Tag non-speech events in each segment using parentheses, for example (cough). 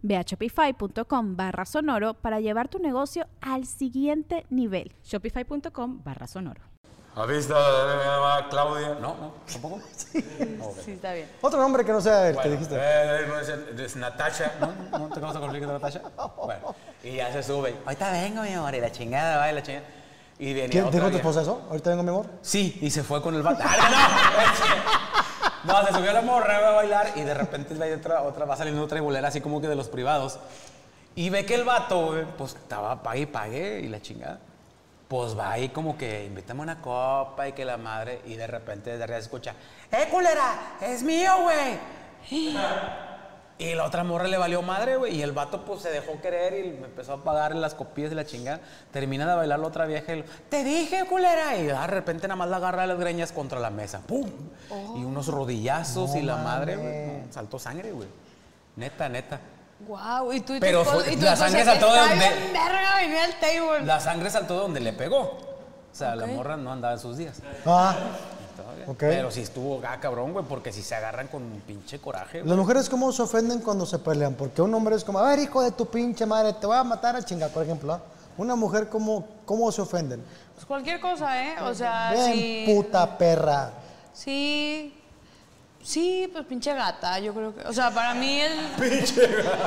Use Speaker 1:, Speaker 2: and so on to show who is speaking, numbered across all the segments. Speaker 1: Ve a shopify.com barra sonoro para llevar tu negocio al siguiente nivel.
Speaker 2: Shopify.com barra sonoro.
Speaker 3: ¿Has visto
Speaker 4: eh,
Speaker 3: a Claudia?
Speaker 5: No, no, tampoco.
Speaker 6: Sí, sí, está bien.
Speaker 7: Otro nombre que no sea el que
Speaker 3: Bueno,
Speaker 7: dijiste.
Speaker 3: eh, no es, es Natasha, ¿no?
Speaker 5: ¿No? ¿No te conoces con Enrique de Natasha?
Speaker 3: Bueno, y ya se sube.
Speaker 5: Ahorita vengo, mi amor, y la chingada, va, y la chingada. Y venía
Speaker 7: ¿Quién-
Speaker 5: otra
Speaker 7: ¿Dijo tu
Speaker 5: vieja.
Speaker 7: esposa eso? Ahorita vengo, mi amor.
Speaker 5: Sí, y se fue con el vato. ¡Ah, no! (laughs) no, se subió la morra, va a bailar y de repente va, a ir otra, otra, va saliendo otra bolera así como que de los privados. Y ve que el vato, güey, pues estaba pague y pague y la chingada. Pues va ahí como que invítame una copa y que la madre. Y de repente de arriba se escucha: ¡Eh, culera! ¡Es mío, güey! Y la otra morra le valió madre, güey. Y el vato, pues, se dejó querer y me empezó a pagar las copillas y la chingada. Termina de bailar la otra vieja y lo, te dije, culera. Y ah, de repente nada más la agarra de las greñas contra la mesa. ¡Pum! Y unos rodillazos y la madre, güey. no, saltó sangre, güey. Neta, neta.
Speaker 6: Wow, y tú y
Speaker 5: Pero
Speaker 6: tu
Speaker 5: fue-
Speaker 6: esposo- y tu
Speaker 5: la
Speaker 6: esposa,
Speaker 5: sangre saltó de-
Speaker 6: "Está
Speaker 5: de-
Speaker 6: bien verga venir al table.
Speaker 5: La sangre saltó donde le pegó. O sea, la morra no andaba en sus días.
Speaker 7: Ah,
Speaker 5: todavía.
Speaker 7: Ok.
Speaker 5: Pero si estuvo acá, cabrón, güey, porque si se agarran con un pinche coraje, güey.
Speaker 7: las mujeres cómo se ofenden cuando se pelean. Porque un hombre es como, a ver, hijo de tu pinche madre, te voy a matar a chingar, por ejemplo. ¿ah? Una mujer, ¿cómo, cómo se ofenden?
Speaker 6: Pues cualquier cosa, ¿eh? O sea,
Speaker 7: Ven,
Speaker 6: sí.
Speaker 7: puta perra.
Speaker 6: Sí. Sí, pues pinche gata, yo creo que. O sea, para mí el.
Speaker 7: ¿Es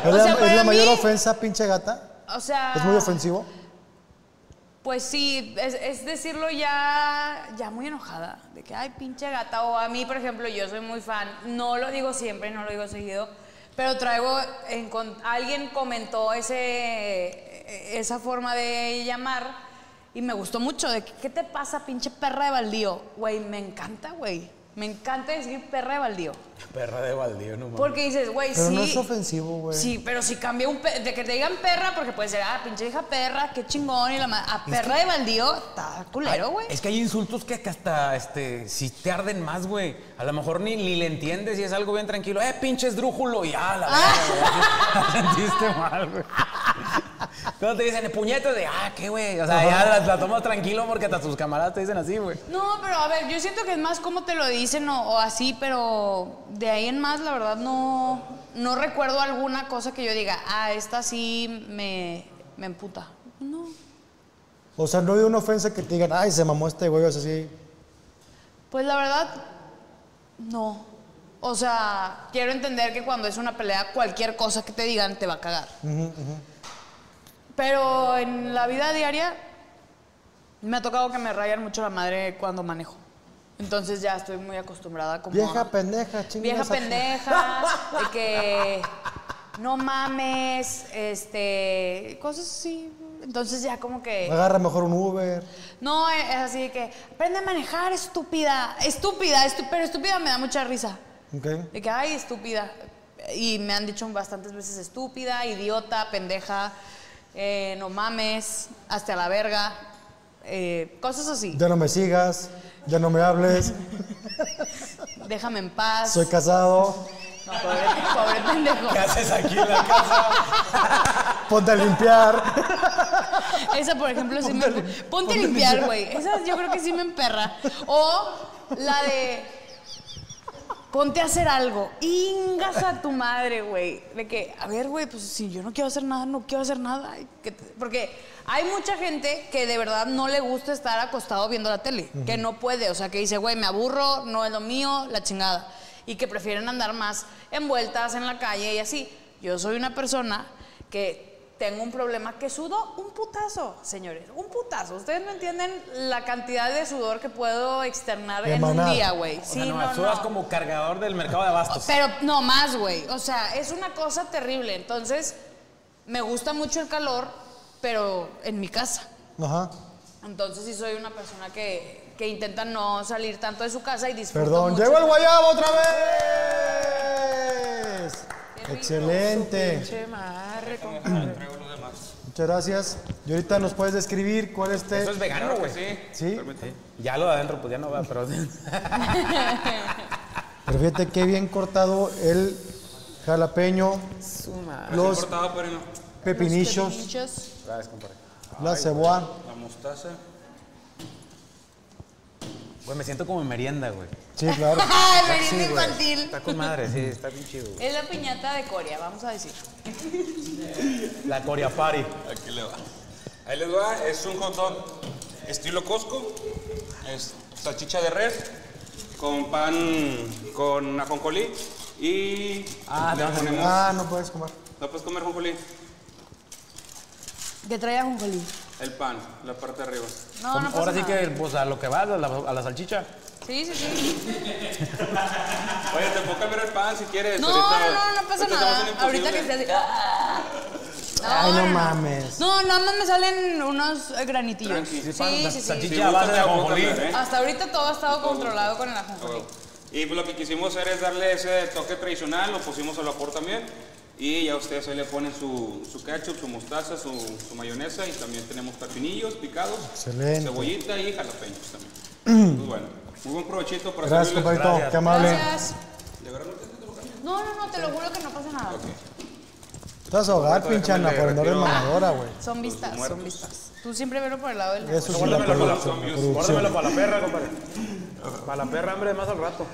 Speaker 6: O
Speaker 7: la,
Speaker 6: sea,
Speaker 7: es
Speaker 6: para
Speaker 7: la mayor
Speaker 6: mí- Ah.
Speaker 7: ofensa, pinche gata?
Speaker 6: O sea.
Speaker 7: ¿Es muy ofensivo?
Speaker 6: Pues sí, es, es decirlo ya, ya muy enojada, de que, ay, pinche gata, o a mí, por ejemplo, yo soy muy fan, no lo digo siempre, no lo digo seguido, pero traigo, en con- alguien comentó ese, esa forma de llamar y me gustó mucho, de que, ¿qué te pasa, pinche perra de baldío? Güey, me encanta, güey, me encanta decir perra de baldío,
Speaker 5: Perra de baldío, no mames.
Speaker 6: porque dices, güey, sí.
Speaker 7: Pero no es ofensivo, güey.
Speaker 6: Sí, pero si cambia un pe- de que te digan perra, porque puede ser, ah, pinche hija perra, qué chingón, y la ma- a perra de baldío, está culero,
Speaker 5: Ay,
Speaker 6: güey.
Speaker 5: Es que hay insultos que que hasta este, si te arden más, güey. A lo mejor ni, ni le entiendes y es algo bien tranquilo. ¡Eh, pinche esdrújulo! Y ah, la verga, güey.
Speaker 6: (laughs)
Speaker 5: (laughs) Sentiste mal, güey. Cuando te dicen puñetas de ah, qué güey. O sea, ya la, la tomas tranquilo porque hasta tus camaradas te dicen así, güey.
Speaker 6: No, pero a ver, yo siento que es más como te lo dicen o, o así, pero de ahí en más, la verdad, no, no recuerdo alguna cosa que yo diga, ah, esta sí me, me emputa. No.
Speaker 7: O sea, no hay una ofensa que te digan, ay, se mamó este güey, o sea, así.
Speaker 6: Pues la verdad, no. O sea, quiero entender que cuando es una pelea, cualquier cosa que te digan te va a cagar. Pero en la vida diaria me ha tocado que me rayan mucho la madre cuando manejo. Entonces ya estoy muy acostumbrada como...
Speaker 7: Vieja pendeja, chingas.
Speaker 6: Vieja
Speaker 7: a tu-".
Speaker 6: pendeja, de que no mames, este, cosas así. Entonces ya como que...
Speaker 7: Agarra mejor un Uber.
Speaker 6: No, e- es así de que aprende a manejar, estúpida. Estúpida, estu- pero estúpida me da mucha risa.
Speaker 7: ¿Ok?
Speaker 6: De que, ay, estúpida. Y me han dicho bastantes veces estúpida, idiota, pendeja, eh, no mames, hasta la verga. eh, cosas así.
Speaker 7: Ya no me sigas, ya no me hables,
Speaker 6: Déjame en paz.
Speaker 7: soy casado,
Speaker 6: No, pobre, pobre pendejo.
Speaker 5: ¿Qué haces aquí en la casa?
Speaker 7: ponte a limpiar.
Speaker 6: Esa, por ejemplo, sí me. Ponte, a limpiar, güey. Esa yo creo que sí me emperra. O la de. Ponte a hacer algo. Ingas a tu madre, güey. De que, a ver, güey, pues si yo no quiero hacer nada, no quiero hacer nada. Ay, que te- Porque hay mucha gente que de verdad no le gusta estar acostado viendo la tele. Que no puede. O sea, que dice, güey, me aburro, no es lo mío, la chingada. Y que prefieren andar más envueltas en la calle y así. Yo soy una persona que tengo un problema que sudo un putazo, señores, un putazo. Ustedes no entienden la cantidad de sudor que puedo externar en un
Speaker 7: Emanar.
Speaker 6: día, güey.
Speaker 5: O
Speaker 6: Sí,
Speaker 5: sea, no,
Speaker 6: no,
Speaker 5: sudas
Speaker 6: no.
Speaker 5: como cargador del mercado de
Speaker 7: Pues,
Speaker 5: abastos.
Speaker 6: Pero no más, güey. O sea, es una cosa terrible. Entonces, me gusta mucho el calor, pero en mi casa.
Speaker 7: Ajá.
Speaker 6: Entonces, sí soy una persona que, que intenta no salir tanto de su casa y disfrutar.
Speaker 7: Perdón, llegó el guayabo otra vez. Excelente.
Speaker 6: Che, madre, con-
Speaker 7: Muchas gracias. Y ahorita nos puedes describir cuál es este.
Speaker 5: Eso es vegano, güey.
Speaker 7: Sí.
Speaker 5: Ya lo de adentro, pues ya no va, pero. (laughs)
Speaker 7: Pero fíjate qué bien cortado el jalapeño, los
Speaker 4: cortado, pero no.
Speaker 7: pepinillos,
Speaker 6: pinchos.
Speaker 5: Gracias, compadre.
Speaker 7: la cebolla.
Speaker 4: La mostaza.
Speaker 5: Güey, me siento como en merienda, güey.
Speaker 7: Sí, claro.
Speaker 6: Ay, merienda infantil.
Speaker 5: Está con madre, sí, está bien chido.
Speaker 6: (laughs)
Speaker 5: güey.
Speaker 6: Es la piñata de Corea, vamos a decir.
Speaker 5: La Coriapari.
Speaker 4: Aquí le va. Ahí les va. Es un hot dog estilo Costco. Es salchicha de res con pan con ajonjolí y
Speaker 5: Ah,
Speaker 4: le
Speaker 5: te vas a
Speaker 4: ponemos.
Speaker 7: Ah, no puedes comer.
Speaker 4: No puedes comer ajonjolí.
Speaker 6: Que traía un jolín.
Speaker 4: El pan, la parte de arriba.
Speaker 6: No, no pasa
Speaker 5: Ahora sí
Speaker 6: nada.
Speaker 5: que, pues a lo que va, a la, a la salchicha.
Speaker 6: Sí, sí, sí.
Speaker 4: Oye, te puedo cambiar el pan si quieres.
Speaker 6: No,
Speaker 4: Ahorita-
Speaker 6: no, no
Speaker 4: ahorita
Speaker 6: pasa
Speaker 4: estamos en
Speaker 6: nada. Ahorita que
Speaker 4: imposible.
Speaker 6: esté así. ¡ah!
Speaker 7: Ay, no mames.
Speaker 6: No, nada más me salen unos eh, granitillos.
Speaker 4: Tranqui.
Speaker 6: Sí,
Speaker 5: pan,
Speaker 6: sí, sí.
Speaker 5: salchicha
Speaker 4: Si
Speaker 5: a base
Speaker 4: gustas,
Speaker 5: de
Speaker 4: te la puedo
Speaker 5: ajonjolí.
Speaker 4: cambiar, ¿eh?
Speaker 6: Hasta ahorita todo ha estado controlado con el ajonjolí.
Speaker 4: Y pues lo que quisimos hacer es darle ese toque tradicional, lo pusimos a vapor también. Y ya ustedes ahí le ponen su, su ketchup, su mostaza, su, su mayonesa y también tenemos pepinillos picados,
Speaker 7: Excelente.
Speaker 4: cebollita y jalapeños
Speaker 7: (clears throat)
Speaker 4: también. Pues bueno, muy buen provechito para
Speaker 7: Gracias,
Speaker 4: servirles.
Speaker 7: compadrito. Qué amable.
Speaker 6: Gracias.
Speaker 4: De verdad, no te- no te lo cambio.
Speaker 6: No, no, no, te lo juro que no pasa nada.
Speaker 7: Te vas a ahogar, pinchana, por andar de mamadora, güey.
Speaker 6: Son vistas, son vistas. Tú siempre velo por el lado del
Speaker 7: Eso sí, la
Speaker 5: Guárdamelo para la,
Speaker 7: producción, la
Speaker 5: guárdamelo
Speaker 7: producción.
Speaker 5: para la perra, compadre. Para la perra, hambre, más al rato.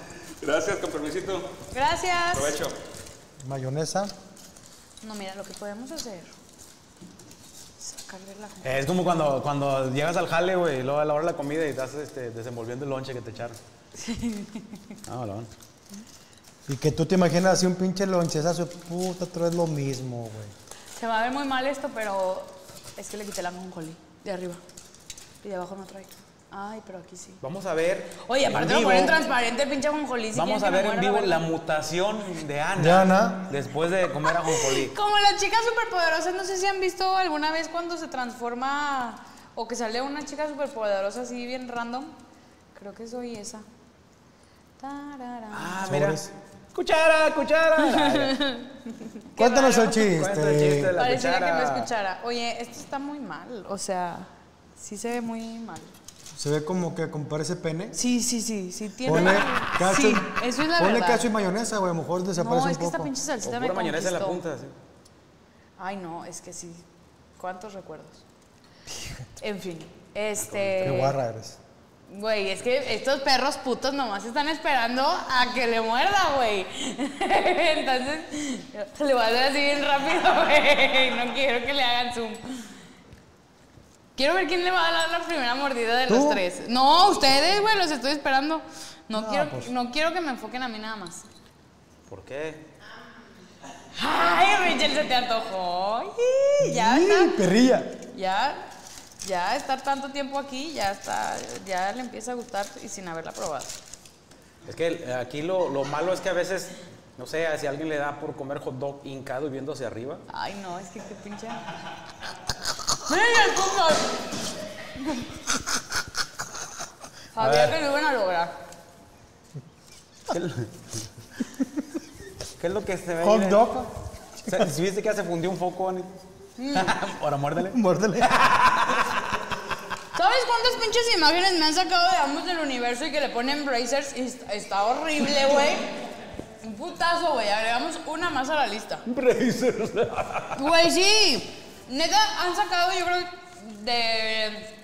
Speaker 4: Gracias, con permisito.
Speaker 6: Gracias.
Speaker 4: Provecho.
Speaker 7: Mayonesa.
Speaker 6: No, mira, lo que podemos hacer. Sacarle la ajonjolí.
Speaker 5: Eh, Es como cuando, cuando llegas al jale, güey, y luego a la hora de la comida y estás este, desenvolviendo el lonche que te echaron. Ah, balón.
Speaker 7: Y que tú te imaginas así un pinche lonchezazo, puta, otra vez lo mismo, güey.
Speaker 6: Se va a ver muy mal esto, pero es que le quité la ajonjolí de arriba. Y de abajo no trae. Ay, pero aquí sí.
Speaker 5: Vamos a ver.
Speaker 6: Oye,
Speaker 5: en
Speaker 6: aparte lo
Speaker 5: vivo-
Speaker 6: ponen transparente el pinche ajonjolí. si
Speaker 5: Vamos
Speaker 6: quieren
Speaker 5: a
Speaker 6: que me
Speaker 5: ver en
Speaker 6: muera,
Speaker 5: vivo
Speaker 6: verdad.
Speaker 5: la mutación de
Speaker 6: Ah,
Speaker 5: Ana.
Speaker 7: De Ana.
Speaker 5: Después de comer ajonjolí.
Speaker 6: Como las chicas superpoderosas, no sé si han visto alguna vez cuando se transforma o que sale una chica superpoderosa así bien random. Creo que soy esa. Tarara.
Speaker 5: Ah, mira.
Speaker 7: Sobres.
Speaker 5: Cuchara,
Speaker 6: (laughs)
Speaker 5: cuchara. Ay, ya.
Speaker 7: Cuéntanos el
Speaker 5: Cuenta el chiste de
Speaker 7: chiste.
Speaker 5: la
Speaker 6: Pareciera
Speaker 5: cuchara.
Speaker 6: que me escuchara. Oye, esto está muy mal. O sea, sí se ve muy mal.
Speaker 7: Se ve como que compara ese pene.
Speaker 6: Sí, sí, sí. Sí tiene.
Speaker 7: Ponle cacho,
Speaker 6: sí, eso es la
Speaker 7: ponle
Speaker 6: verdad.
Speaker 7: cacho y mayonesa, güey. A lo mejor desaparece
Speaker 6: no,
Speaker 7: un
Speaker 6: es que esta
Speaker 7: poco.
Speaker 6: pinche
Speaker 5: O
Speaker 6: salsita me
Speaker 5: pura mayonesa en la
Speaker 6: conquistó.
Speaker 5: punta. sí.
Speaker 6: Ay, no, es que sí. ¿Cuántos recuerdos? En fin, este...
Speaker 7: Qué guarra eres.
Speaker 6: Güey, es que estos perros putos nomás están esperando a que le muerda, güey. (laughs) Entonces, le voy a hacer así bien rápido, (laughs) güey. No quiero que le hagan zoom. Quiero ver quién le va a dar la primera mordida de los
Speaker 7: ¿Tú?
Speaker 6: tres. No, ustedes, güey, los estoy esperando. No, quiero,
Speaker 7: pues.
Speaker 6: no quiero que me enfoquen a mí nada más.
Speaker 5: ¿Por qué?
Speaker 6: Ay, Rachel, se te antojó. Ih, Ya está.
Speaker 7: ¡Ay, perrilla!
Speaker 6: Ya, ya estar tanto tiempo aquí, ya está, ya le empieza a gustar y sin haberla probado.
Speaker 5: Es que eh, aquí lo, lo malo es que a veces, no sé, si alguien le da por comer hot dog hincado y viendo hacia arriba.
Speaker 6: Ay, no, es que qué pinche. ¡Mira el cuco! Sabía que lo iban a lograr.
Speaker 5: ¿Qué es lo- qué es lo que se ve? ahí
Speaker 7: Hot
Speaker 5: de-
Speaker 7: dog. (laughs)
Speaker 5: Se- ¿sí ¿Viste que ya se fundió un foco, Ani? Ahora muérdele.
Speaker 7: Muérdele.
Speaker 6: ¿Sabes cuántas pinches imágenes me han sacado de ambos del universo y que le ponen bracers? Y est- está horrible, güey. Un putazo, güey. Agregamos una más a la lista. Güey, sí. Neta, han sacado, yo creo, de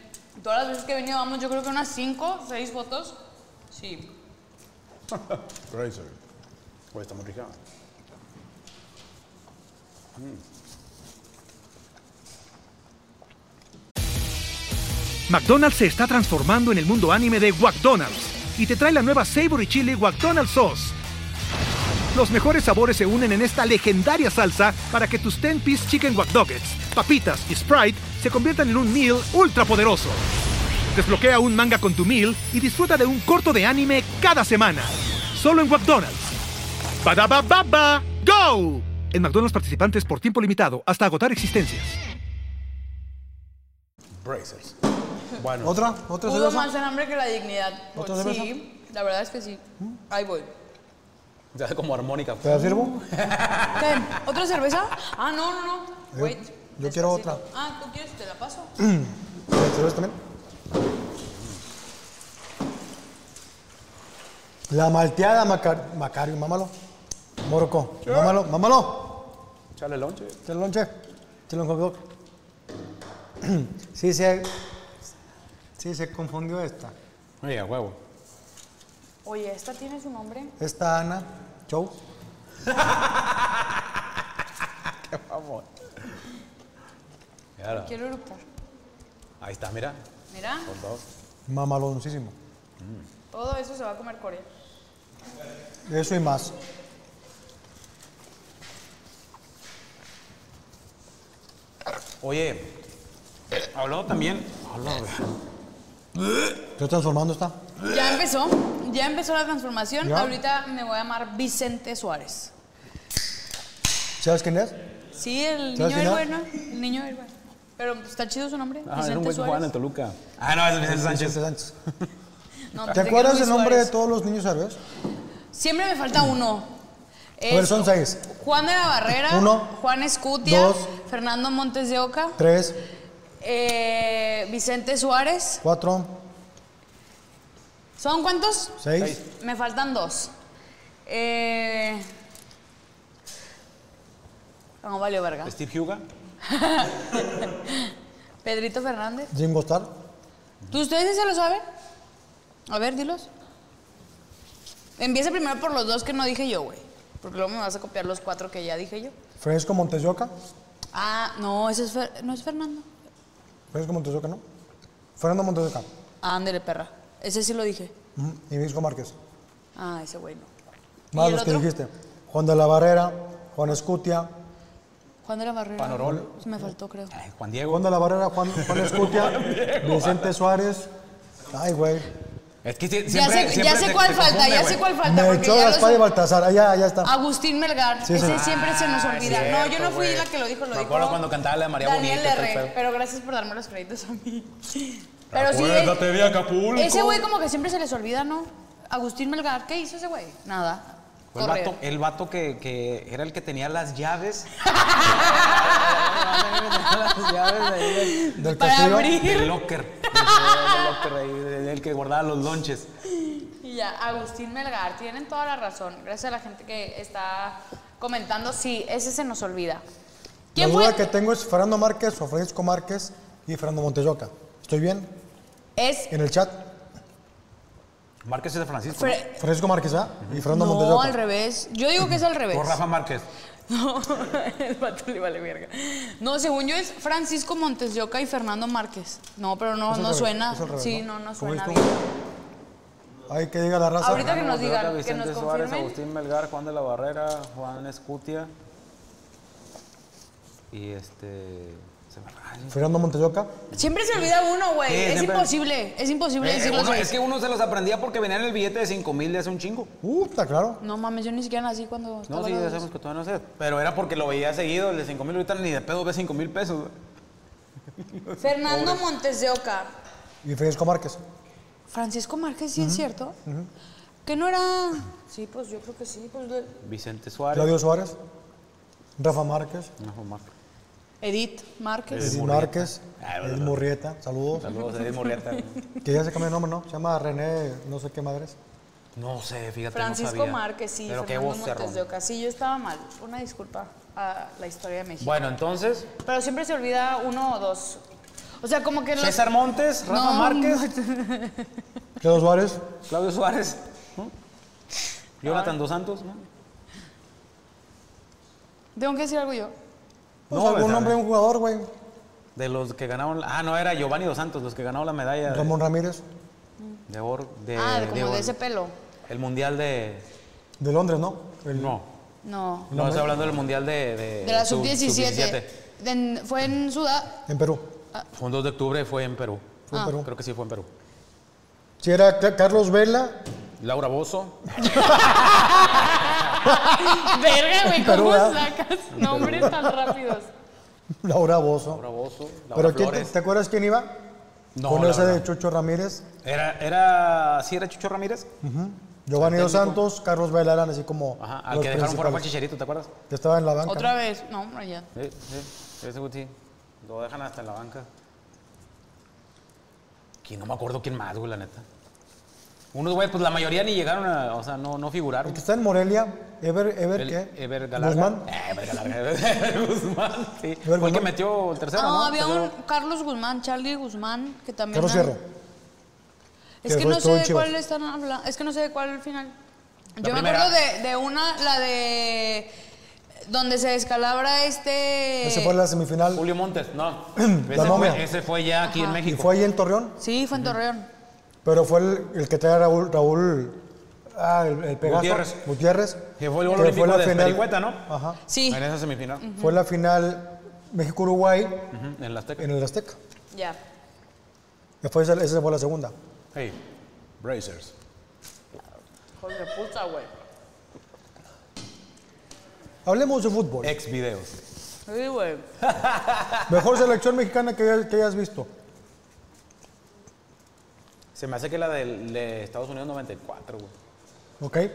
Speaker 6: todas las veces que he venido, vamos, yo creo que unas 5, 6 fotos. Sí.
Speaker 5: Razor. Güey, está muy rica.
Speaker 8: McDonald's se está transformando en el mundo anime de McDonald's y te trae la nueva Savory Chili McDonald's Sauce. Los mejores sabores se unen en esta legendaria salsa para que tus 10-piece chicken Wack Doggets papitas y Sprite se conviertan en un meal ultra poderoso. Desbloquea un manga con tu meal y disfruta de un corto de anime cada semana. Solo en McDonald's. ba ¡Go! En McDonald's participantes por tiempo limitado hasta agotar existencias.
Speaker 5: Brazers. Bueno.
Speaker 7: ¿Otra? ¿Otra
Speaker 6: Pudo
Speaker 7: cerveza?
Speaker 6: más el hambre que la dignidad. Pues
Speaker 7: ¿Otra cerveza? ¿Mm?
Speaker 6: sí, la verdad es que sí. Ahí voy.
Speaker 5: Se hace como armónica.
Speaker 7: ¿Te la sirvo?
Speaker 6: ¿Qué? ¿Otra cerveza? Ah, no, no, no.
Speaker 7: Yo-
Speaker 6: Wait.
Speaker 7: yo quiero
Speaker 6: despacito.
Speaker 7: otra.
Speaker 6: Ah, ¿tú quieres? Te la paso.
Speaker 7: ¿Te la sirves también? La malteada Macar- Macario, mámalo. Morocco, mámalo, mámalo.
Speaker 5: Chale lonche.
Speaker 7: Te lo lonche. Te lo encogió. Sí se, sí, se confundió esta.
Speaker 5: Oye, a huevo.
Speaker 6: Oye, ¿esta tiene su nombre?
Speaker 7: Esta Ana, show.
Speaker 5: Mírala.
Speaker 6: Quiero eructar.
Speaker 5: Ahí está, mira.
Speaker 6: Mira,
Speaker 5: Por dos.
Speaker 7: Mamaloncísimo.
Speaker 6: todo eso se va a comer Corea.
Speaker 7: Eso y más.
Speaker 5: Oye, habló también.
Speaker 7: Estoy transformando esta.
Speaker 6: Ya empezó, ya empezó la transformación.
Speaker 7: Ya.
Speaker 6: Ahorita me voy a llamar Vicente Suárez.
Speaker 7: ¿Sabes quién es?
Speaker 6: Sí, el
Speaker 7: ¿Sabes
Speaker 6: niño del
Speaker 7: quién
Speaker 6: bueno. El niño del bueno. Pero pues, está chido su nombre.
Speaker 5: Ah, era un
Speaker 6: Vicente
Speaker 5: güey que jugaba en el
Speaker 6: Suárez.
Speaker 5: Toluca. Ah, no, es Vicente Sánchez.
Speaker 7: Sánchez.
Speaker 6: No,
Speaker 7: ¿Te
Speaker 6: pensé que
Speaker 7: acuerdas
Speaker 6: era
Speaker 7: el
Speaker 6: Luis
Speaker 7: nombre de
Speaker 6: Suárez.
Speaker 7: todos los niños héroes?
Speaker 6: Siempre me falta uno.
Speaker 7: A ver, son seis.
Speaker 6: Juan de la Barrera.
Speaker 7: Uno.
Speaker 6: Juan Escutia.
Speaker 7: Dos.
Speaker 6: Fernando Montes de Oca.
Speaker 7: Tres,
Speaker 6: eh, Vicente Suárez.
Speaker 7: cuatro,
Speaker 6: ¿Son cuántos?
Speaker 7: seis.
Speaker 6: Me faltan dos. Eh... No, valió verga.
Speaker 5: Steve Huga.
Speaker 6: Pedrito Fernández.
Speaker 7: Jimbo Star.
Speaker 6: ¿Tú ustedes sí se lo saben? A ver, dilos. Empieza primero por los dos que no dije yo, güey. Porque luego me vas a copiar los cuatro que ya dije yo.
Speaker 7: Fresco Montesioca.
Speaker 6: Ah, no, ese es Fer- no es Fernando.
Speaker 7: Fresco Montesioca, ¿no? Fernando Montesioca.
Speaker 6: Ándale, perra. Ese sí lo dije.
Speaker 7: Ujú, Y Visco Márquez.
Speaker 6: Ah, ese güey no. ¿Y
Speaker 7: Más
Speaker 6: el
Speaker 7: los que
Speaker 6: otro?
Speaker 7: dijiste. Juan de la Barrera, Juan Escutia.
Speaker 6: Juan de la Barrera.
Speaker 5: Panorol.
Speaker 6: Me faltó, creo.
Speaker 5: Ay, Juan Diego.
Speaker 7: Juan de la Barrera, Juan, Juan
Speaker 6: (laughs)
Speaker 7: Escutia, Vicente Suárez. Ay, güey.
Speaker 5: Es que sie- siempre,
Speaker 6: Ya sé, ya
Speaker 5: siempre
Speaker 6: sé
Speaker 5: te-
Speaker 6: cuál
Speaker 5: te
Speaker 6: falta,
Speaker 5: confunde,
Speaker 6: ya
Speaker 5: güey.
Speaker 6: sé cuál falta.
Speaker 7: Me
Speaker 6: porque
Speaker 7: echó
Speaker 6: ya Ah, los-
Speaker 7: Gaspar y Baltasar. Allá, allá está.
Speaker 6: Agustín Melgar.
Speaker 7: Sí,
Speaker 6: ese
Speaker 7: sí.
Speaker 6: siempre se nos
Speaker 5: Ah,
Speaker 6: olvida. no, yo no
Speaker 5: cierto,
Speaker 6: fui
Speaker 5: güey.
Speaker 6: la que lo dijo, lo
Speaker 5: Me
Speaker 6: dijo.
Speaker 5: acuerdo cuando cantaba la de María
Speaker 6: Daniel
Speaker 5: Bonita, todo el
Speaker 6: R.
Speaker 5: pedo.
Speaker 6: Pero gracias por darme los créditos a mí. Pero sí.
Speaker 4: Acuérdate de Acapulco.
Speaker 6: Ese güey como que siempre se les olvida, ¿no? Agustín Melgar, ¿qué hizo ese güey? Nada.
Speaker 5: Fue El
Speaker 6: Correr.
Speaker 5: vato, el vato que, que era el que tenía las
Speaker 6: (laughs)
Speaker 5: llaves. (laughs) las llaves ahí del-
Speaker 7: Del
Speaker 6: Para
Speaker 7: castillo.
Speaker 6: abrir.
Speaker 5: del locker. Del locker ahí, del- el que guardaba los lonches.
Speaker 6: Y ya, Agustín Melgar, tienen toda la razón. Gracias a la gente que está comentando. Sí, ese se nos olvida.
Speaker 7: La
Speaker 6: ¿Quién
Speaker 7: duda
Speaker 6: fue?
Speaker 7: que tengo es Fernando Márquez o Francisco Márquez y Fernando Montesioca. ¿Estoy bien?
Speaker 6: Es.
Speaker 7: En el chat.
Speaker 5: Márquez es de Francisco.
Speaker 6: Fre-
Speaker 7: Francisco Márquez, ¿ah? Y Fernando
Speaker 6: No, al
Speaker 7: Montesioca.
Speaker 6: revés. Yo digo que es al revés.
Speaker 5: Por Rafa Márquez.
Speaker 6: No, (laughs) el vato le vale verga. No, según yo es Francisco Montes de Oca y Fernando Márquez. No, pero no,
Speaker 7: Es al
Speaker 6: no
Speaker 7: revés,
Speaker 6: suena.
Speaker 7: es al revés,
Speaker 6: sí,
Speaker 7: ¿no?
Speaker 6: no, no
Speaker 7: ¿Cómo
Speaker 6: suena
Speaker 7: es,
Speaker 6: bien.
Speaker 7: Ay, que diga la raza.
Speaker 6: Ahorita que nos
Speaker 5: Monteoca,
Speaker 6: digan, que
Speaker 5: pues, Vicente
Speaker 6: nos
Speaker 5: Suárez,
Speaker 6: confirmen.
Speaker 5: Agustín Melgar, Juan de la Barrera, Juan Escutia. Y este. se me- ay,
Speaker 7: Fernando Montesioca.
Speaker 6: Siempre se olvida uno, güey.
Speaker 5: Sí,
Speaker 6: es
Speaker 5: siempre.
Speaker 6: imposible, es imposible
Speaker 5: Eh,
Speaker 6: decirlo.
Speaker 5: uno- es que uno se los aprendía porque venían en el billete de 5 mil de hace un chingo.
Speaker 6: Pues
Speaker 7: Uh, está claro.
Speaker 6: No mames, yo ni siquiera nací cuando
Speaker 5: No,
Speaker 6: estaba
Speaker 5: sí,
Speaker 6: lo de
Speaker 5: ya
Speaker 6: eso.
Speaker 5: sabemos que todavía no sé. Pero era porque lo veía seguido, el de 5 mil, ahorita ni de pedo ve 5 mil pesos. güey.
Speaker 6: Fernando Montes de Oca.
Speaker 7: Y Francisco Márquez.
Speaker 6: Francisco Márquez, sí es cierto. Que no era. Sí, pues yo creo que sí. Pues, de-
Speaker 5: Vicente Suárez.
Speaker 7: Claudio Suárez. Rafa Márquez.
Speaker 5: No, Marco.
Speaker 6: Edith Márquez.
Speaker 7: Edith Márquez.
Speaker 5: Ah,
Speaker 7: Edith Murrieta. Saludos.
Speaker 5: Saludos, Edith Murrieta.
Speaker 7: Que ya se cambió el nombre, ¿no? Se llama René, no sé qué madres.
Speaker 5: No sé, fíjate, no
Speaker 6: Francisco
Speaker 5: sabía.
Speaker 6: Márquez, sí.
Speaker 5: Pero qué
Speaker 6: Fernando
Speaker 5: voz
Speaker 6: Montes de
Speaker 5: cerrón.
Speaker 6: Oca. Sí, yo estaba mal. Una disculpa a la historia de México.
Speaker 5: Bueno, entonces,
Speaker 6: Pero siempre se olvida uno o dos. O sea, como que los...
Speaker 5: César Montes, Rafa
Speaker 6: No,
Speaker 5: Márquez,
Speaker 7: Claudio Suárez.
Speaker 5: Claudio Suárez, ¿no? ¿Mm? Jonathan Dos Santos, ¿no?
Speaker 6: Tengo que decir algo yo.
Speaker 7: Pues
Speaker 5: No,
Speaker 7: algún
Speaker 5: pues,
Speaker 7: nombre de un jugador, güey.
Speaker 5: De los que ganaron. Ah, no, era Giovanni Dos Santos, los que ganaron la medalla de-
Speaker 7: Ramón Ramírez.
Speaker 5: de oro. De,
Speaker 6: ah, de, como
Speaker 5: oro.
Speaker 6: de ese pelo.
Speaker 5: El mundial de.
Speaker 7: De Londres, ¿no? El-
Speaker 5: No,
Speaker 6: No.
Speaker 5: no, estoy hablando del mundial de. De,
Speaker 6: De la
Speaker 5: Eh, sub-
Speaker 6: sub-17.
Speaker 5: sub-17.
Speaker 6: en- fue
Speaker 5: (laughs)
Speaker 6: en Sudá.
Speaker 7: En Perú.
Speaker 5: Fue un 2 de octubre, fue en Perú.
Speaker 7: Fue en
Speaker 6: Ah.
Speaker 7: Perú.
Speaker 5: Creo que sí, fue en Perú.
Speaker 7: Si era Ca- Carlos Vela, (laughs)
Speaker 5: Laura Bozo.
Speaker 6: Verga, güey, ¿cómo
Speaker 7: Pero, ah.
Speaker 6: sacas nombres tan rápidos?
Speaker 7: Laura Bozo.
Speaker 5: Laura Bozo. Laura
Speaker 7: ¿Pero quién, te,
Speaker 5: Flores.
Speaker 7: te acuerdas quién iba?
Speaker 5: No,
Speaker 7: Con
Speaker 5: la
Speaker 7: ese de
Speaker 5: verdad.
Speaker 7: Chucho Ramírez,
Speaker 5: Era, era, ¿sí era Chucho Ramírez?
Speaker 7: Giovanni Dos Santos, Carlos Vela eran así como.
Speaker 5: Ajá, al
Speaker 7: los
Speaker 5: que dejaron fuera fue
Speaker 7: principales.
Speaker 5: al Chicherito, ¿te acuerdas?
Speaker 7: Que estaba en la banca.
Speaker 6: (laughs) Otra vez. No, hombre, ya.
Speaker 5: Sí, sí, ese Guti. Lo dejan hasta en la banca. Que no me acuerdo quién más, güey, la neta. Unos güey, pues la mayoría ni llegaron a, o sea, no, no figuraron.
Speaker 7: El que está en Morelia, Ever, Ever,
Speaker 5: El-
Speaker 7: ¿qué?
Speaker 5: Ever Galarga.
Speaker 7: Guzmán.
Speaker 5: Eh, Ever (laughs) Galarga. Ever Guzmán, sí. Fue el que
Speaker 7: Guzmán.
Speaker 5: metió el tercero,
Speaker 6: No,
Speaker 5: ¿no?
Speaker 6: había
Speaker 5: Tercero.
Speaker 6: un Carlos Guzmán, Charlie Guzmán, que también.
Speaker 7: Carlos
Speaker 6: era-
Speaker 7: Fierro.
Speaker 6: Es
Speaker 7: que
Speaker 6: que
Speaker 7: fue-
Speaker 6: no sé
Speaker 7: estuvo en
Speaker 6: de cuál
Speaker 7: Chivas.
Speaker 6: están hablando. Es que no sé de cuál al final.
Speaker 5: La
Speaker 6: Yo me
Speaker 5: primera.
Speaker 6: acuerdo de, de una, la de. Donde se descalabra este.
Speaker 7: Ese fue la semifinal.
Speaker 5: Julio Montes, no.
Speaker 7: La
Speaker 5: ese,
Speaker 7: momia.
Speaker 5: fue, ese fue ya aquí en
Speaker 7: Y
Speaker 5: México.
Speaker 7: fue ahí en Torreón.
Speaker 6: Sí, fue en Torreón.
Speaker 7: Pero fue el, el que trae a Raúl, Raúl ah, el, el Pegaso,
Speaker 5: Gutiérrez.
Speaker 7: Gutiérrez.
Speaker 5: Que fue el gol olímpico de Pericueta, ¿no?
Speaker 7: Ajá.
Speaker 6: Sí.
Speaker 5: En esa semifinal.
Speaker 7: Fue la final México-Uruguay
Speaker 5: Ujú, En la Azteca.
Speaker 7: en el Azteca.
Speaker 6: Ya.
Speaker 7: Después esa, esa fue la segunda.
Speaker 5: Hey, Brazers.
Speaker 6: Joder, puta, güey.
Speaker 7: Hablemos de fútbol.
Speaker 5: Ex videos.
Speaker 6: Sí, güey.
Speaker 7: Mejor selección mexicana que, hayas- que hayas visto.
Speaker 5: Se me hace que la del, de Estados Unidos 94, güey.
Speaker 7: ¿Ok?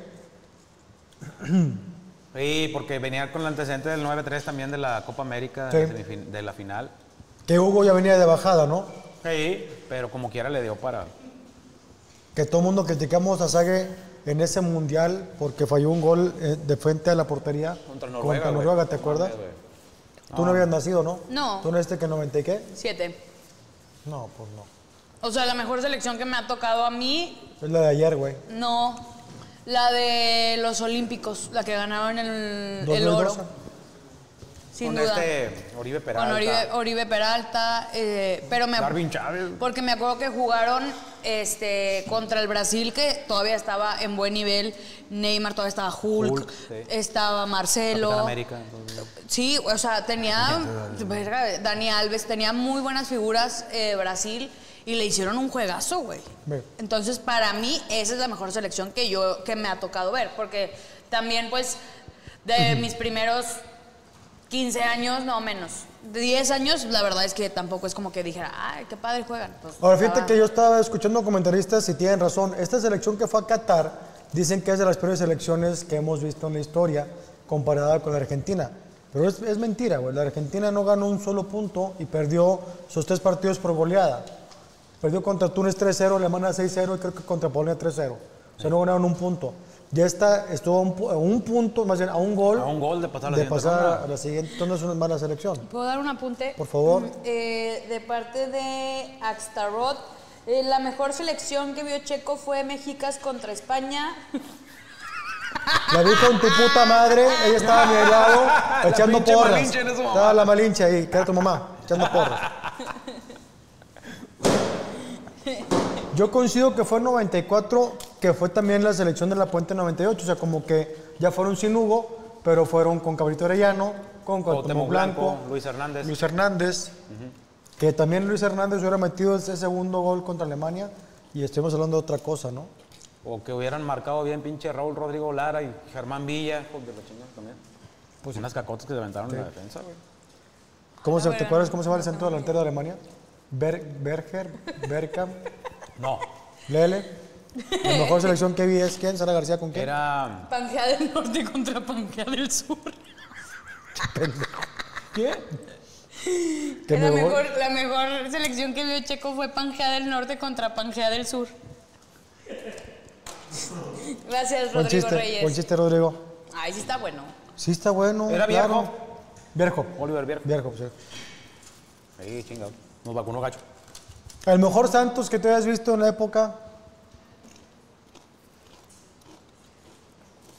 Speaker 5: Sí, porque venía con el antecedente del 9-3 también de la Copa América,
Speaker 7: Sí.
Speaker 5: de, la semifin- de la final.
Speaker 7: Que Hugo ya venía de bajada, ¿no?
Speaker 5: Sí, pero como quiera le dio para...
Speaker 7: Que todo el mundo criticamos a Zague en ese mundial porque falló un gol eh, de frente a la portería
Speaker 5: Contra Noruega, güey.
Speaker 7: Noruega, ¿te acuerdas?
Speaker 5: Mames, güey. Ah.
Speaker 7: Tú no habías nacido, ¿no?
Speaker 6: No.
Speaker 7: ¿Tú no este que 90 y qué?
Speaker 6: Siete.
Speaker 7: No, pues no.
Speaker 6: O sea, la mejor selección que me ha tocado a mí,
Speaker 7: Es la de ayer, güey.
Speaker 6: no. La de los Olímpicos, la que ganaron el, el
Speaker 7: 2012.
Speaker 6: oro. Sin
Speaker 5: Con
Speaker 6: duda.
Speaker 5: este Oribe Peralta.
Speaker 6: Con Oribe, Oribe Peralta, eh, pero me
Speaker 5: Darwin Chávez.
Speaker 6: porque me acuerdo que jugaron este contra el Brasil que todavía estaba en buen nivel, Neymar todavía estaba Hulk,
Speaker 5: Hulk, sí.
Speaker 6: estaba Marcelo,
Speaker 5: Capitán América. entonces.
Speaker 6: sí, o sea tenía verga, Dani Alves tenía muy buenas figuras eh, Brasil y le hicieron un juegazo, güey.
Speaker 7: Ve.
Speaker 6: Entonces para mí esa es la mejor selección que yo que me ha tocado ver porque también pues de mis primeros 15 años, no menos. De 10 años, la verdad es que tampoco es como que dijera, ay, qué padre juegan. Pues,
Speaker 7: Ahora, fíjate
Speaker 6: estaba-
Speaker 7: que yo estaba escuchando comentaristas y tienen razón. Esta selección que fue a Qatar dicen que es de las peores selecciones que hemos visto en la historia comparada con la Argentina. Pero es, es mentira, güey. La Argentina no ganó un solo punto y perdió sus tres partidos por goleada. Perdió contra Túnez 3-0, Alemania 6-0 y creo que contra Polonia 3-0. O sea, no ganaron un punto. Ya está, estuvo a un, pu- a un punto, más bien a un gol.
Speaker 5: A un gol de pasar a la
Speaker 7: de
Speaker 5: siguiente
Speaker 7: pasar
Speaker 5: ronda.
Speaker 7: a la siguiente. Entonces no es una mala selección.
Speaker 6: ¿Puedo dar un apunte?
Speaker 7: Por favor.
Speaker 6: Mm, eh, de parte de Axtarot, eh, la mejor selección que vio Checo fue Mexicas contra España. (laughs)
Speaker 7: La vi con tu puta madre, ella estaba a mi lado echando
Speaker 5: pinche
Speaker 7: porras.
Speaker 5: Malinche era su mamá.
Speaker 7: Estaba la malinche ahí, que era tu mamá, echando porras. Yo coincido que fue en 94, que fue también la selección de la Puente 98, o sea, como que ya fueron sin Hugo, pero fueron con Cabrito Arellano, con Cuauhtémoc
Speaker 5: Cuauhtémoc
Speaker 7: Blanco,
Speaker 5: Blanco, Luis Hernández.
Speaker 7: Luis Hernández, que también Luis Hernández hubiera metido ese segundo gol contra Alemania, y estuvimos hablando de otra cosa, ¿no?
Speaker 5: O que hubieran marcado bien pinche Raúl Rodrigo Lara y Germán Villa. hijos de la chingada también. Pues unas cacotas que se aventaron en la defensa, güey.
Speaker 7: ¿Cómo se, ¿Te acuerdas cómo se llama el centro delantero de Alemania? Ber- Berger, Bergkamp,
Speaker 5: No,
Speaker 7: Lele. La mejor selección que vi es quién, Sara García con quién.
Speaker 5: era...
Speaker 6: Pangea del Norte contra Pangea del Sur.
Speaker 7: ¿Quién? Que
Speaker 6: La
Speaker 7: me-
Speaker 6: mejor, la mejor selección que vio Checo fue Pangea del Norte contra Pangea del Sur. Gracias,
Speaker 7: Buen
Speaker 6: Rodrigo
Speaker 7: chiste,
Speaker 6: Reyes.
Speaker 7: buen chiste, Rodrigo.
Speaker 6: Ay, sí está bueno.
Speaker 7: Sí está bueno.
Speaker 5: Era
Speaker 7: claro. Vierjo.
Speaker 5: Oliver Vierjo.
Speaker 7: Vierjo, sí.
Speaker 5: Sí, chingado. Nos vacunó gacho.
Speaker 7: El mejor Santos que tú hayas visto en la época.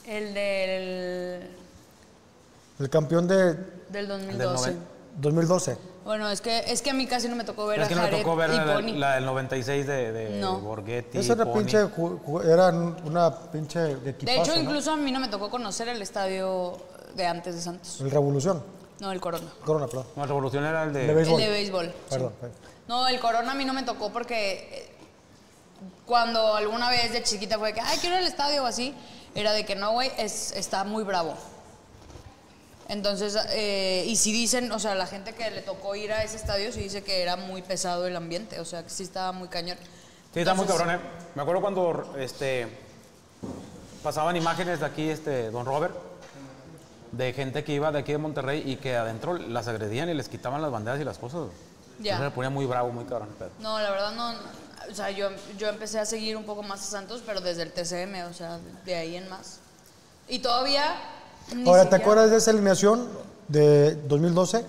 Speaker 6: El del,
Speaker 7: El campeón de
Speaker 6: del 2012.
Speaker 5: noven-
Speaker 7: 2012.
Speaker 6: bueno, es que, es que a mí casi no me tocó ver
Speaker 5: es que
Speaker 6: a
Speaker 5: no me
Speaker 6: Jared
Speaker 5: tocó ver
Speaker 6: y
Speaker 5: la, la-
Speaker 6: Pony.
Speaker 5: la del 96 de, de
Speaker 6: No.
Speaker 5: Borghetti.
Speaker 7: Esa era
Speaker 5: Pony.
Speaker 7: pinche, ju- ju- era una pinche de
Speaker 6: de hecho,
Speaker 7: equipazo, ¿no?
Speaker 6: incluso a mí no me tocó conocer el estadio de antes de Santos.
Speaker 7: El Revolución.
Speaker 6: No, el corona.
Speaker 7: Corona, perdón.
Speaker 5: No, revolución era el de.
Speaker 7: De béisbol.
Speaker 6: El de béisbol.
Speaker 7: Perdón. eh.
Speaker 6: No, el corona a mí no me tocó porque eh, cuando alguna vez de chiquita fue que, ay, quiero ir al estadio o así, era de que no, güey, es, está muy bravo. Entonces, eh, y si dicen, o sea, la gente que le tocó ir a ese estadio, sí dice que era muy pesado el ambiente, o sea, que sí estaba muy cañón.
Speaker 5: Sí, está muy
Speaker 6: Entonces,
Speaker 5: cabrón, ¿eh? Me acuerdo cuando este, pasaban imágenes de aquí, este, Don Robert, de gente que iba de aquí de Monterrey y que adentro las agredían y les quitaban las banderas y las cosas.
Speaker 6: Ya.
Speaker 5: Entonces Se ponía muy bravo, muy cabrón. el pedo.
Speaker 6: No, la verdad no. O sea, yo, yo empecé a seguir un poco más a Santos, pero desde el TCM, o sea, de ahí en más. Y todavía. ni
Speaker 7: Ahora, ¿te
Speaker 6: siquiera-
Speaker 7: acuerdas de esa alineación de 2012?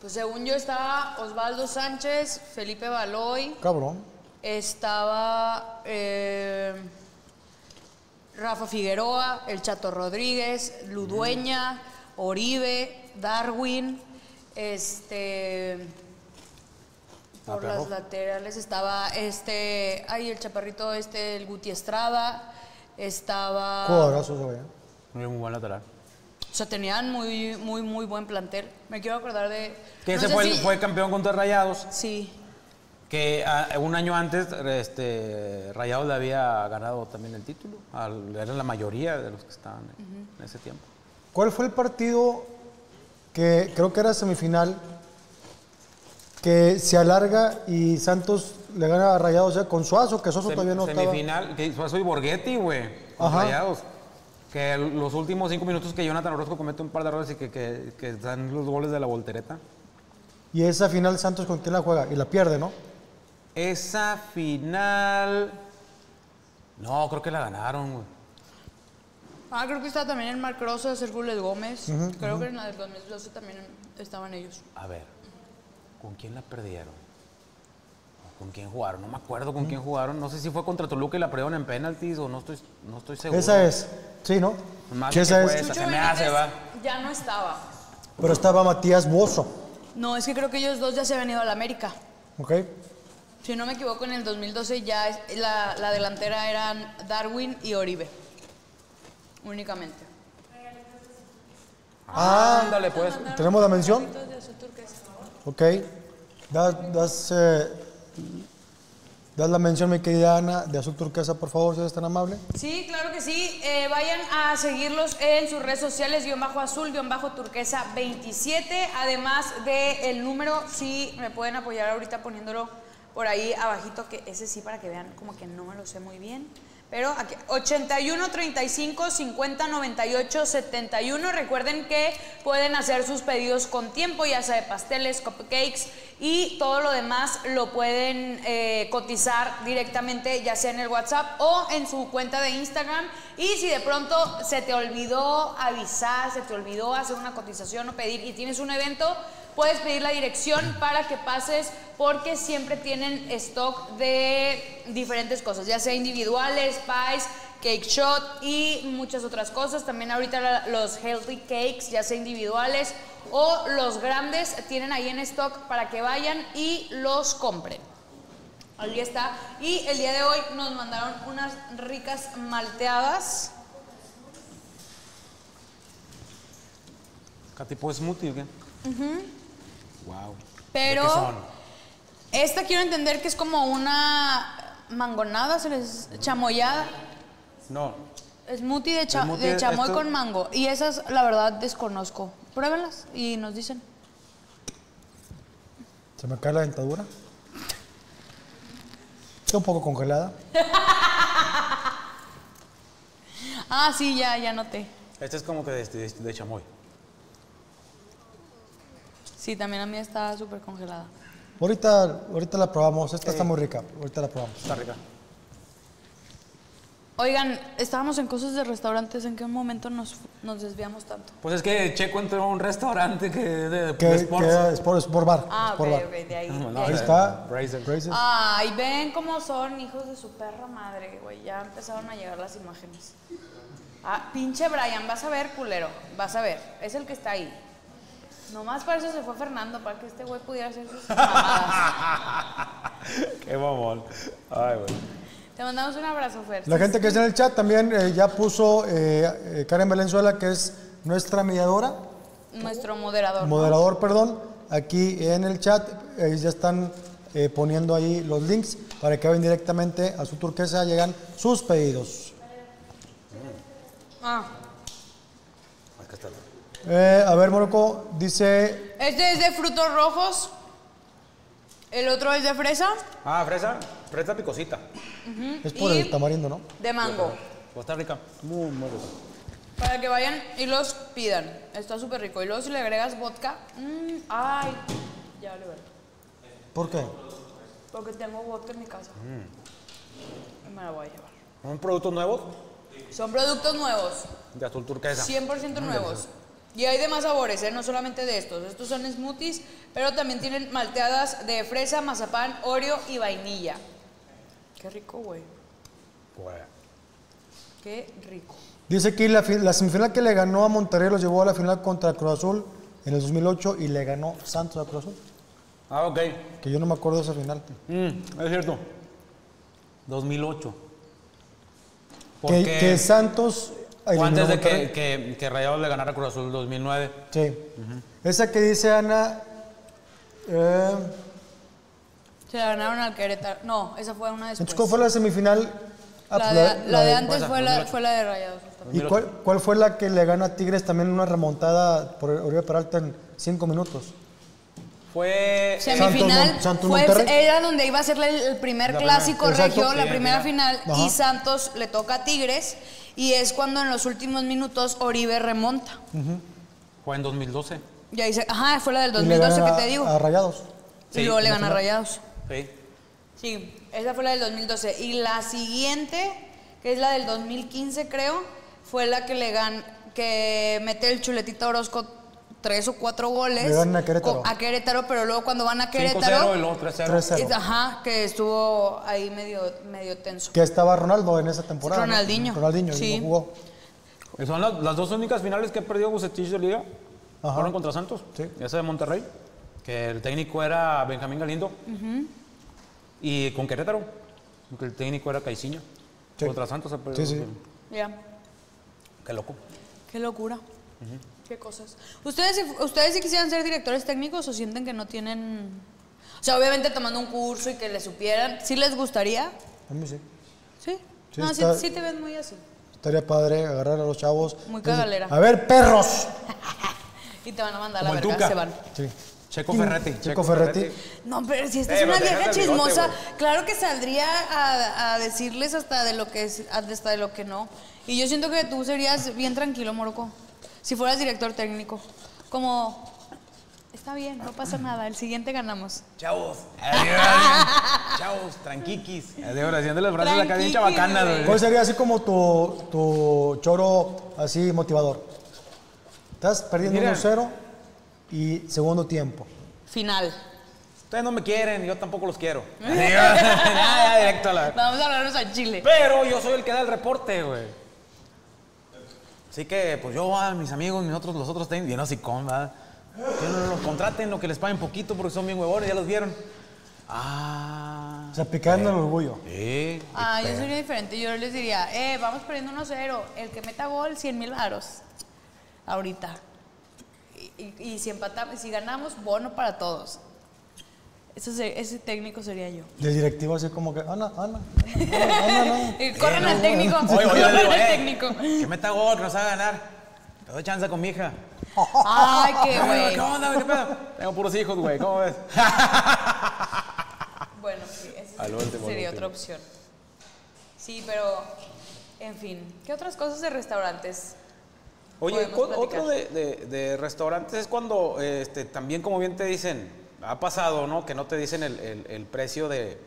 Speaker 6: Pues según yo estaba Osvaldo Sánchez, Felipe Baloy,
Speaker 7: Cabrón.
Speaker 6: estaba eh, Rafa Figueroa, El Chato Rodríguez,
Speaker 5: Mm.
Speaker 6: Ludueña, Oribe, Darwin, este. Por las laterales estaba este. Ay, el chaparrito, este, el Guti Estrada. Estaba.
Speaker 7: Jugadorazo, güey. ¿eh?
Speaker 5: Muy, muy buen lateral.
Speaker 6: O sea, tenían muy, muy, muy buen plantel. Me quiero acordar de.
Speaker 5: Que
Speaker 6: no
Speaker 5: ese
Speaker 6: sé
Speaker 5: fue, el-
Speaker 6: si-
Speaker 5: fue campeón contra Rayados,
Speaker 6: Sí.
Speaker 5: que ah, un año antes este, Rayados le había ganado también el título. al- Era la mayoría de los que estaban en- en ese tiempo.
Speaker 7: ¿Cuál fue el partido que creo que era semifinal que se alarga y Santos le gana a Rayados ya con Suazo, que Suazo
Speaker 5: Sem-
Speaker 7: todavía no estaba?
Speaker 5: semifinal, que Suazo y Borghetti, güey. con
Speaker 7: Ajá.
Speaker 5: Rayados. Que el- los últimos cinco minutos que Jonathan Orozco comete un par de errores y que, que, que dan los goles de la voltereta.
Speaker 7: Y esa final Santos con quién la juega y la pierde, ¿no?
Speaker 5: Esa final. No, creo que la ganaron, güey.
Speaker 6: Ah, creo que estaba también el Marcroso, Hércules Gómez. creo que en la del 2012 también estaban ellos.
Speaker 5: A ver, ¿con quién la perdieron? ¿O ¿Con quién jugaron? No me acuerdo
Speaker 7: Mm.
Speaker 5: con quién jugaron. No sé si fue contra Toluca y la perdieron en penaltis o no estoy, no estoy seguro.
Speaker 7: Esa es. Sí, ¿no?
Speaker 5: Más
Speaker 7: Sí,
Speaker 5: que
Speaker 7: esa
Speaker 5: fue
Speaker 7: es.
Speaker 5: esa. se me hace,
Speaker 6: Benítez Ya no estaba.
Speaker 7: Pero estaba Matías Bozo,
Speaker 6: No, es que creo que ellos dos ya se habían ido a la América.
Speaker 7: ¿ok?
Speaker 6: Si no me equivoco, en el 2012 ya es- la, la delantera eran Darwin y Oribe. Únicamente.
Speaker 7: Ah,
Speaker 5: Ándale, pues.
Speaker 7: ¿tenemos la mención? Ok. Das, das, eh, das la mención, mi querida Ana, de Azul Turquesa, por favor, si eres tan amable.
Speaker 6: Sí, claro que sí. Eh, vayan a seguirlos en sus redes sociales, guión bajo azul, guión bajo turquesa 27. Además del el número, sí, me pueden apoyar ahorita poniéndolo por ahí abajito, que ese sí para que vean como que no me lo sé muy bien. Pero aquí, 81 35 50 98 71. Recuerden que pueden hacer sus pedidos con tiempo, ya sea de pasteles, cupcakes y todo lo demás lo pueden eh, cotizar directamente, ya sea en el WhatsApp o en su cuenta de Instagram. Y si de pronto se te olvidó avisar, se te olvidó hacer una cotización o pedir y tienes un evento, puedes pedir la dirección para que pases porque siempre tienen stock de diferentes cosas, ya sea individuales, pies, cake shot y muchas otras cosas. También ahorita la- los healthy cakes, ya sea individuales o los grandes, tienen ahí en stock para que vayan y los compren. Ahí está. Y el día de hoy nos mandaron unas ricas malteadas.
Speaker 5: ¿Qué tipo de smoothie o qué? Wow.
Speaker 6: Pero-
Speaker 5: ¿De qué son?
Speaker 6: Esta quiero entender que es como una mangonada, se les chamoyada.
Speaker 5: No.
Speaker 6: Smoothie de, cha-
Speaker 5: Smoothie,
Speaker 6: de chamoy
Speaker 5: esto-
Speaker 6: con mango. Y esas, la verdad, desconozco. Pruébenlas y nos dicen.
Speaker 7: Se me cae la dentadura. Está un poco congelada.
Speaker 6: Ah, sí, ya, ya noté.
Speaker 5: Este es como que de, de- de chamoy.
Speaker 6: Sí, también a mí está súper congelada.
Speaker 7: Ahorita, ahorita la probamos. Esta está muy rica. Ahorita la probamos.
Speaker 5: Está rica.
Speaker 6: Oigan, estábamos en cosas de restaurantes. ¿En qué momento nos, fu- nos desviamos tanto?
Speaker 5: Pues es que Checo entró a un restaurante que de, de, de
Speaker 7: ¿Qué,
Speaker 5: sports.
Speaker 7: qué es? Por, es por bar.
Speaker 6: Ah,
Speaker 7: es
Speaker 6: ok,
Speaker 7: por bar.
Speaker 6: ok, Ah, de
Speaker 5: (laughs)
Speaker 6: ahí.
Speaker 5: No,
Speaker 6: de
Speaker 5: no,
Speaker 6: ahí.
Speaker 7: Ahí está.
Speaker 5: Brazen.
Speaker 7: Brazen.
Speaker 6: Ay, ven cómo son hijos de su perra madre, güey. Ya empezaron a llegar las imágenes. Ah, pinche Brian, vas a ver, culero. Vas a ver. Es el que está ahí. Nomás para eso se fue Fernando, para que este güey pudiera hacer
Speaker 7: (laughs)
Speaker 6: sus mamadas.
Speaker 5: qué mamón. Ay, güey.
Speaker 6: Te mandamos un abrazo, Fer. Este
Speaker 7: La gente que está en el chat también eh, ya puso eh, eh, Karen Valenzuela, que es nuestra mediadora.
Speaker 6: nuestro moderador. ¿no?
Speaker 7: Moderador, perdón, aquí en el chat eh, ya están eh, poniendo ahí los links para que vayan directamente a su turquesa, llegan sus pedidos.
Speaker 6: Ah,
Speaker 7: Eh, a ver, Moroco, dice,
Speaker 6: este es de frutos rojos. El otro es de fresa,
Speaker 5: Ah, fresa, fresa picosita.
Speaker 7: es por
Speaker 6: Y-
Speaker 7: el tamarindo, ¿no?
Speaker 6: de mango.
Speaker 5: Costa Rica. Muy, muy rico.
Speaker 6: Para que vayan y los pidan. Está súper rico. Y luego si le agregas vodka. mm, ay, ya vale, ver.
Speaker 7: ¿Por qué?
Speaker 6: Porque tengo vodka en mi casa. Me la voy a llevar.
Speaker 5: Mm. ¿Son productos nuevos?
Speaker 6: Son productos nuevos.
Speaker 5: De azul turquesa.
Speaker 6: 100% nuevos. Y hay demás sabores, ¿eh? no solamente de estos. Estos son smoothies, pero también tienen malteadas de fresa, mazapán, oreo y vainilla. Qué rico, güey.
Speaker 5: Güey.
Speaker 6: Qué rico.
Speaker 7: Dice aquí, la, fi- la semifinal que le ganó a Monterrey los llevó a la final contra Cruz Azul en el 2008 y le ganó Santos a Cruz Azul,
Speaker 5: Ah, ok.
Speaker 7: que yo no me acuerdo de esa final.
Speaker 5: Mm, es cierto. 2008.
Speaker 7: Que,
Speaker 5: Porque
Speaker 7: que Santos...
Speaker 5: fue
Speaker 7: eliminó a
Speaker 5: antes de
Speaker 7: Monterrey.
Speaker 5: que, que, que Rayados le ganara Cruz Azul 2009.
Speaker 7: Sí. Esa que dice Ana... eh,
Speaker 6: Se la ganaron al Querétaro. No, esa fue una después.
Speaker 7: entonces, ¿cuál fue la semifinal? Ah,
Speaker 6: Pues, La
Speaker 7: pues,
Speaker 6: de, la de antes
Speaker 5: esa,
Speaker 6: fue la, fue la de Rayados.
Speaker 7: ¿Y cuál, cuál fue la que le gana a Tigres también una remontada por Oribe Peralta en cinco minutos?
Speaker 5: Fue.
Speaker 6: Semifinal
Speaker 7: Mon- Santos
Speaker 6: fue-
Speaker 7: Monterrey.
Speaker 6: era donde iba a ser el, el primer clásico
Speaker 7: Exacto.
Speaker 6: regio, la
Speaker 5: Sí,
Speaker 6: primera final,
Speaker 7: Ajá.
Speaker 6: y Santos le toca a Tigres, y es cuando en los últimos minutos Oribe remonta.
Speaker 5: Fue en 2012.
Speaker 6: Y ahí se, ajá, fue la del
Speaker 7: Y le
Speaker 6: 2012
Speaker 7: gana
Speaker 6: que te digo.
Speaker 7: A Rayados.
Speaker 5: Sí,
Speaker 6: y luego le
Speaker 5: en la
Speaker 6: gana
Speaker 5: final.
Speaker 6: Rayados.
Speaker 5: Sí.
Speaker 6: Sí, esa fue la del 2012. Y la siguiente, que es la del 2015 creo, fue la que le gan que mete el chuletito Orozco tres o cuatro goles.
Speaker 7: Le ganan a Querétaro.
Speaker 6: co- A Querétaro, pero luego cuando van a
Speaker 5: 5-0 y
Speaker 6: Querétaro...
Speaker 5: luego 3-0.
Speaker 7: 3-0.
Speaker 6: es- Ajá, que estuvo ahí medio, medio tenso.
Speaker 7: Que estaba Ronaldo en esa temporada. ¿no?
Speaker 6: Ronaldinho.
Speaker 7: Ronaldinho, y
Speaker 6: Sí.
Speaker 7: no jugó.
Speaker 5: Y Son las, las dos únicas finales que ha perdido Bucetich de Liga.
Speaker 7: Ajá.
Speaker 5: Fueron contra Santos.
Speaker 7: Sí.
Speaker 5: Esa de Monterrey. Que el técnico era Benjamín Galindo. Y con Querétaro. Que el técnico era Caiciña.
Speaker 7: Sí.
Speaker 5: Contra Santos ha perdido.
Speaker 7: Sí, sí.
Speaker 6: Ya,
Speaker 5: Qué loco.
Speaker 6: qué locura. Qué cosas. ¿Ustedes, si- ¿Ustedes sí quisieran ser directores técnicos o sienten que no tienen... O sea, obviamente tomando un curso y que le supieran, ¿sí les gustaría?
Speaker 7: A mí sí.
Speaker 6: Sí.
Speaker 7: Sí,
Speaker 6: no, sí-
Speaker 7: está-
Speaker 6: sí, te ves muy así.
Speaker 7: Estaría padre agarrar a los chavos.
Speaker 6: Muy
Speaker 7: Decir,
Speaker 6: cagalera.
Speaker 7: A ver, perros.
Speaker 6: Y te van a mandar a la
Speaker 5: Como el Tuca.
Speaker 6: verga, se van.
Speaker 7: Sí.
Speaker 5: Checo Ferretti.
Speaker 7: Checo Ferretti.
Speaker 6: No, pero si esta
Speaker 4: Eh,
Speaker 6: es una
Speaker 4: pero
Speaker 6: vieja
Speaker 4: déjate el bigote,
Speaker 6: chismosa,
Speaker 4: güey.
Speaker 6: claro que saldría a, a decirles hasta de lo que es, hasta de lo que no. Y yo siento que tú serías bien tranquilo, Moroco, si fueras director técnico. Como, está bien, no pasa nada, el siguiente ganamos.
Speaker 5: Chavos. Adiós. Chavos. Tranquiquis. Adiós. Haciendo las brazos acá bien
Speaker 6: Tranquiquis,
Speaker 5: chabacanas.
Speaker 6: güey.
Speaker 5: güey.
Speaker 7: ¿Cuál sería así como tu, tu choro así motivador? Estás perdiendo
Speaker 5: Mira.
Speaker 7: 1-0 y segundo tiempo.
Speaker 4: (laughs)
Speaker 6: Final.
Speaker 5: Ustedes no me quieren. Yo tampoco los (laughs) quiero.
Speaker 4: Ah,
Speaker 5: Adiós. Ya, ya, directo a la...
Speaker 6: Vamos a hablarnos al chile.
Speaker 5: Pero yo soy el que da el reporte, güey. Así que, pues yo a mis amigos, mis otros, los otros tienen, y no sé cómo, ¿verdad? Que no los contraten o que les paguen poquito porque son bien huevones, ya los vieron. Ah.
Speaker 7: O sea, picando el orgullo.
Speaker 5: Sí.
Speaker 6: Ah, yo sería diferente. Yo les diría, eh, vamos perdiendo 1-0. El que meta gol, 100 mil varos. Ahorita. Y, y- y si empatamos, si ganamos, bono para todos. Eso se- ese técnico sería yo.
Speaker 7: Y el directivo así como que, Ana, Ana, Ana, Ana, no.
Speaker 6: Eh, corren al técnico.
Speaker 5: Oye, oye,
Speaker 6: corren
Speaker 5: digo,
Speaker 6: al
Speaker 5: eh,
Speaker 6: técnico.
Speaker 5: Que meta gol, que nos haga ganar. Te doy chance con mi hija.
Speaker 6: Ay,
Speaker 5: (laughs)
Speaker 6: qué
Speaker 5: Ay, güey, ¿Qué
Speaker 6: güey.
Speaker 5: onda, güey? ¿Qué pedo? Tengo puros hijos, güey. ¿Cómo ves?
Speaker 6: Bueno, sí, esa
Speaker 5: Al último, al
Speaker 6: sería
Speaker 5: último.
Speaker 6: otra opción. Sí, pero, en fin. ¿Qué otras cosas de restaurantes?
Speaker 4: Oye,
Speaker 6: podemos
Speaker 4: co-
Speaker 6: platicar?
Speaker 4: otro de, de- de restaurantes es cuando eh, este, también, como bien te dicen, ha pasado, ¿no? Que no te dicen el, el- el precio de,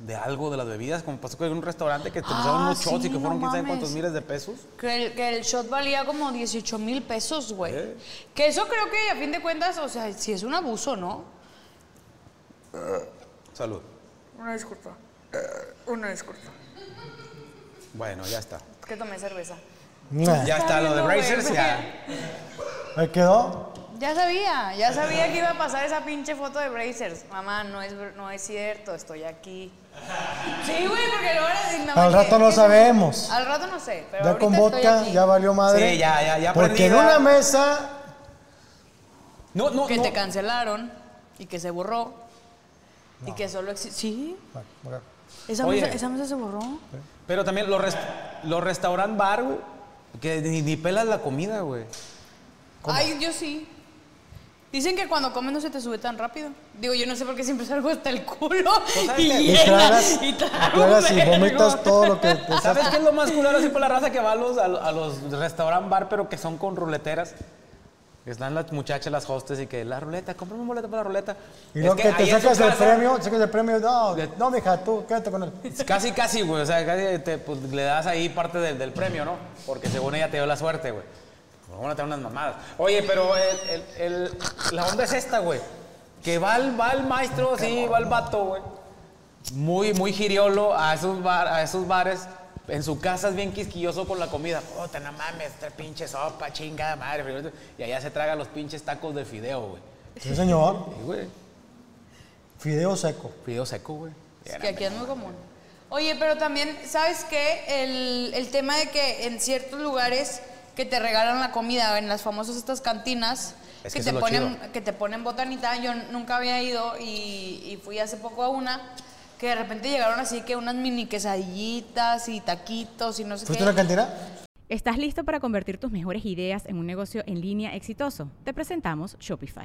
Speaker 5: De algo, de las bebidas, como pasó con un restaurante que te
Speaker 6: Ah,
Speaker 5: usaron unos shots
Speaker 6: sí,
Speaker 5: y que fueron
Speaker 6: no
Speaker 5: quién sabe cuántos
Speaker 6: mames.
Speaker 5: miles de pesos.
Speaker 6: Que el, que el shot valía como 18 mil pesos, güey.
Speaker 7: ¿Eh?
Speaker 6: Que eso creo que a fin de cuentas, o sea, si es un abuso, ¿no?
Speaker 4: salud.
Speaker 6: Una disculpa. Una disculpa.
Speaker 4: Bueno, ya está.
Speaker 6: Que tomé cerveza.
Speaker 7: Nah.
Speaker 4: Ya está, lo de
Speaker 6: Ay, no,
Speaker 4: Racers
Speaker 6: güey,
Speaker 4: ya.
Speaker 7: Ahí quedó.
Speaker 6: Ya sabía, ya sabía que iba a pasar esa pinche foto de Brazers. Mamá, no es, ver- no es cierto, estoy aquí. Sí, güey, porque lo van a decir, mamá,
Speaker 7: Al
Speaker 6: ¿qué-
Speaker 7: rato no
Speaker 6: qué-
Speaker 7: sabemos.
Speaker 6: Al rato no sé, pero
Speaker 7: Ya
Speaker 6: ahorita
Speaker 7: con
Speaker 6: estoy
Speaker 7: vodka,
Speaker 6: aquí.
Speaker 7: ya valió madre.
Speaker 5: Sí, ya, ya, ya
Speaker 7: Porque en
Speaker 5: aprendida.
Speaker 7: una mesa
Speaker 5: No, no,
Speaker 6: que
Speaker 5: no.
Speaker 6: te cancelaron y que se borró y que solo existe. Sí,
Speaker 7: Bueno, bueno.
Speaker 6: esa
Speaker 5: Oye.
Speaker 6: mesa, esa mesa se borró.
Speaker 5: Pero también los, rest- los restaurantes bar, güey, que ni, ni pelas la comida, güey.
Speaker 6: Ay, yo sí. Dicen que cuando comes no se te sube tan rápido. Digo, yo no sé por qué siempre salgo hasta el culo (laughs) y
Speaker 5: que-
Speaker 7: Y
Speaker 6: llena,
Speaker 7: tragas,
Speaker 6: (laughs) y
Speaker 7: y
Speaker 6: trago,
Speaker 7: tragas y
Speaker 6: vergo.
Speaker 7: vomitas todo lo que te
Speaker 5: ¿Sabes qué es lo más culero así por la raza que va a los, a, a los restaurant bar, pero que son con ruleteras? Están las muchachas, las hostes, y que la ruleta, cómprame un boleto para la ruleta.
Speaker 7: Y
Speaker 5: Es
Speaker 7: luego que,
Speaker 5: ahí
Speaker 7: te
Speaker 5: en su
Speaker 7: sacas el
Speaker 5: casa-
Speaker 7: premio, sacas el premio, no,
Speaker 5: De-
Speaker 7: no, mija, tú quédate con él.
Speaker 5: Casi, casi, güey. O sea, casi te, pues, le das ahí parte del, del premio, ¿no? Porque según ella te dio la suerte, güey. Pues, Vamos a tener unas mamadas. Oye, pero el- el- el- la onda es esta, güey. Que va el, va el maestro, sí, va el vato, güey. Muy, muy giriolo a esos, bar- a esos bares. En su casa es bien quisquilloso con la comida. Puta, no mames, tres pinches sopa, chingada madre. frijolitos. Y allá se traga los pinches tacos de fideo, güey.
Speaker 7: Sí, señor.
Speaker 5: Sí, güey.
Speaker 7: Fideo seco.
Speaker 5: Fideo seco, güey.
Speaker 6: Es que aquí es muy común. Oye, pero también, ¿sabes qué? El, el tema de que en ciertos lugares que te regalan la comida, en las famosas estas cantinas,
Speaker 5: Es que
Speaker 6: que,
Speaker 5: eso
Speaker 6: te
Speaker 5: es lo
Speaker 6: ponen,
Speaker 5: chido.
Speaker 6: que te ponen botanita, yo nunca había ido y, y fui hace poco a una, que de repente llegaron así que unas mini quesadillitas y taquitos y no sé
Speaker 7: ¿Fuiste
Speaker 6: qué.
Speaker 7: a una cantina?
Speaker 2: ¿Estás listo para convertir tus mejores ideas en un negocio en línea exitoso? Te presentamos Shopify.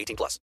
Speaker 9: 18 plus.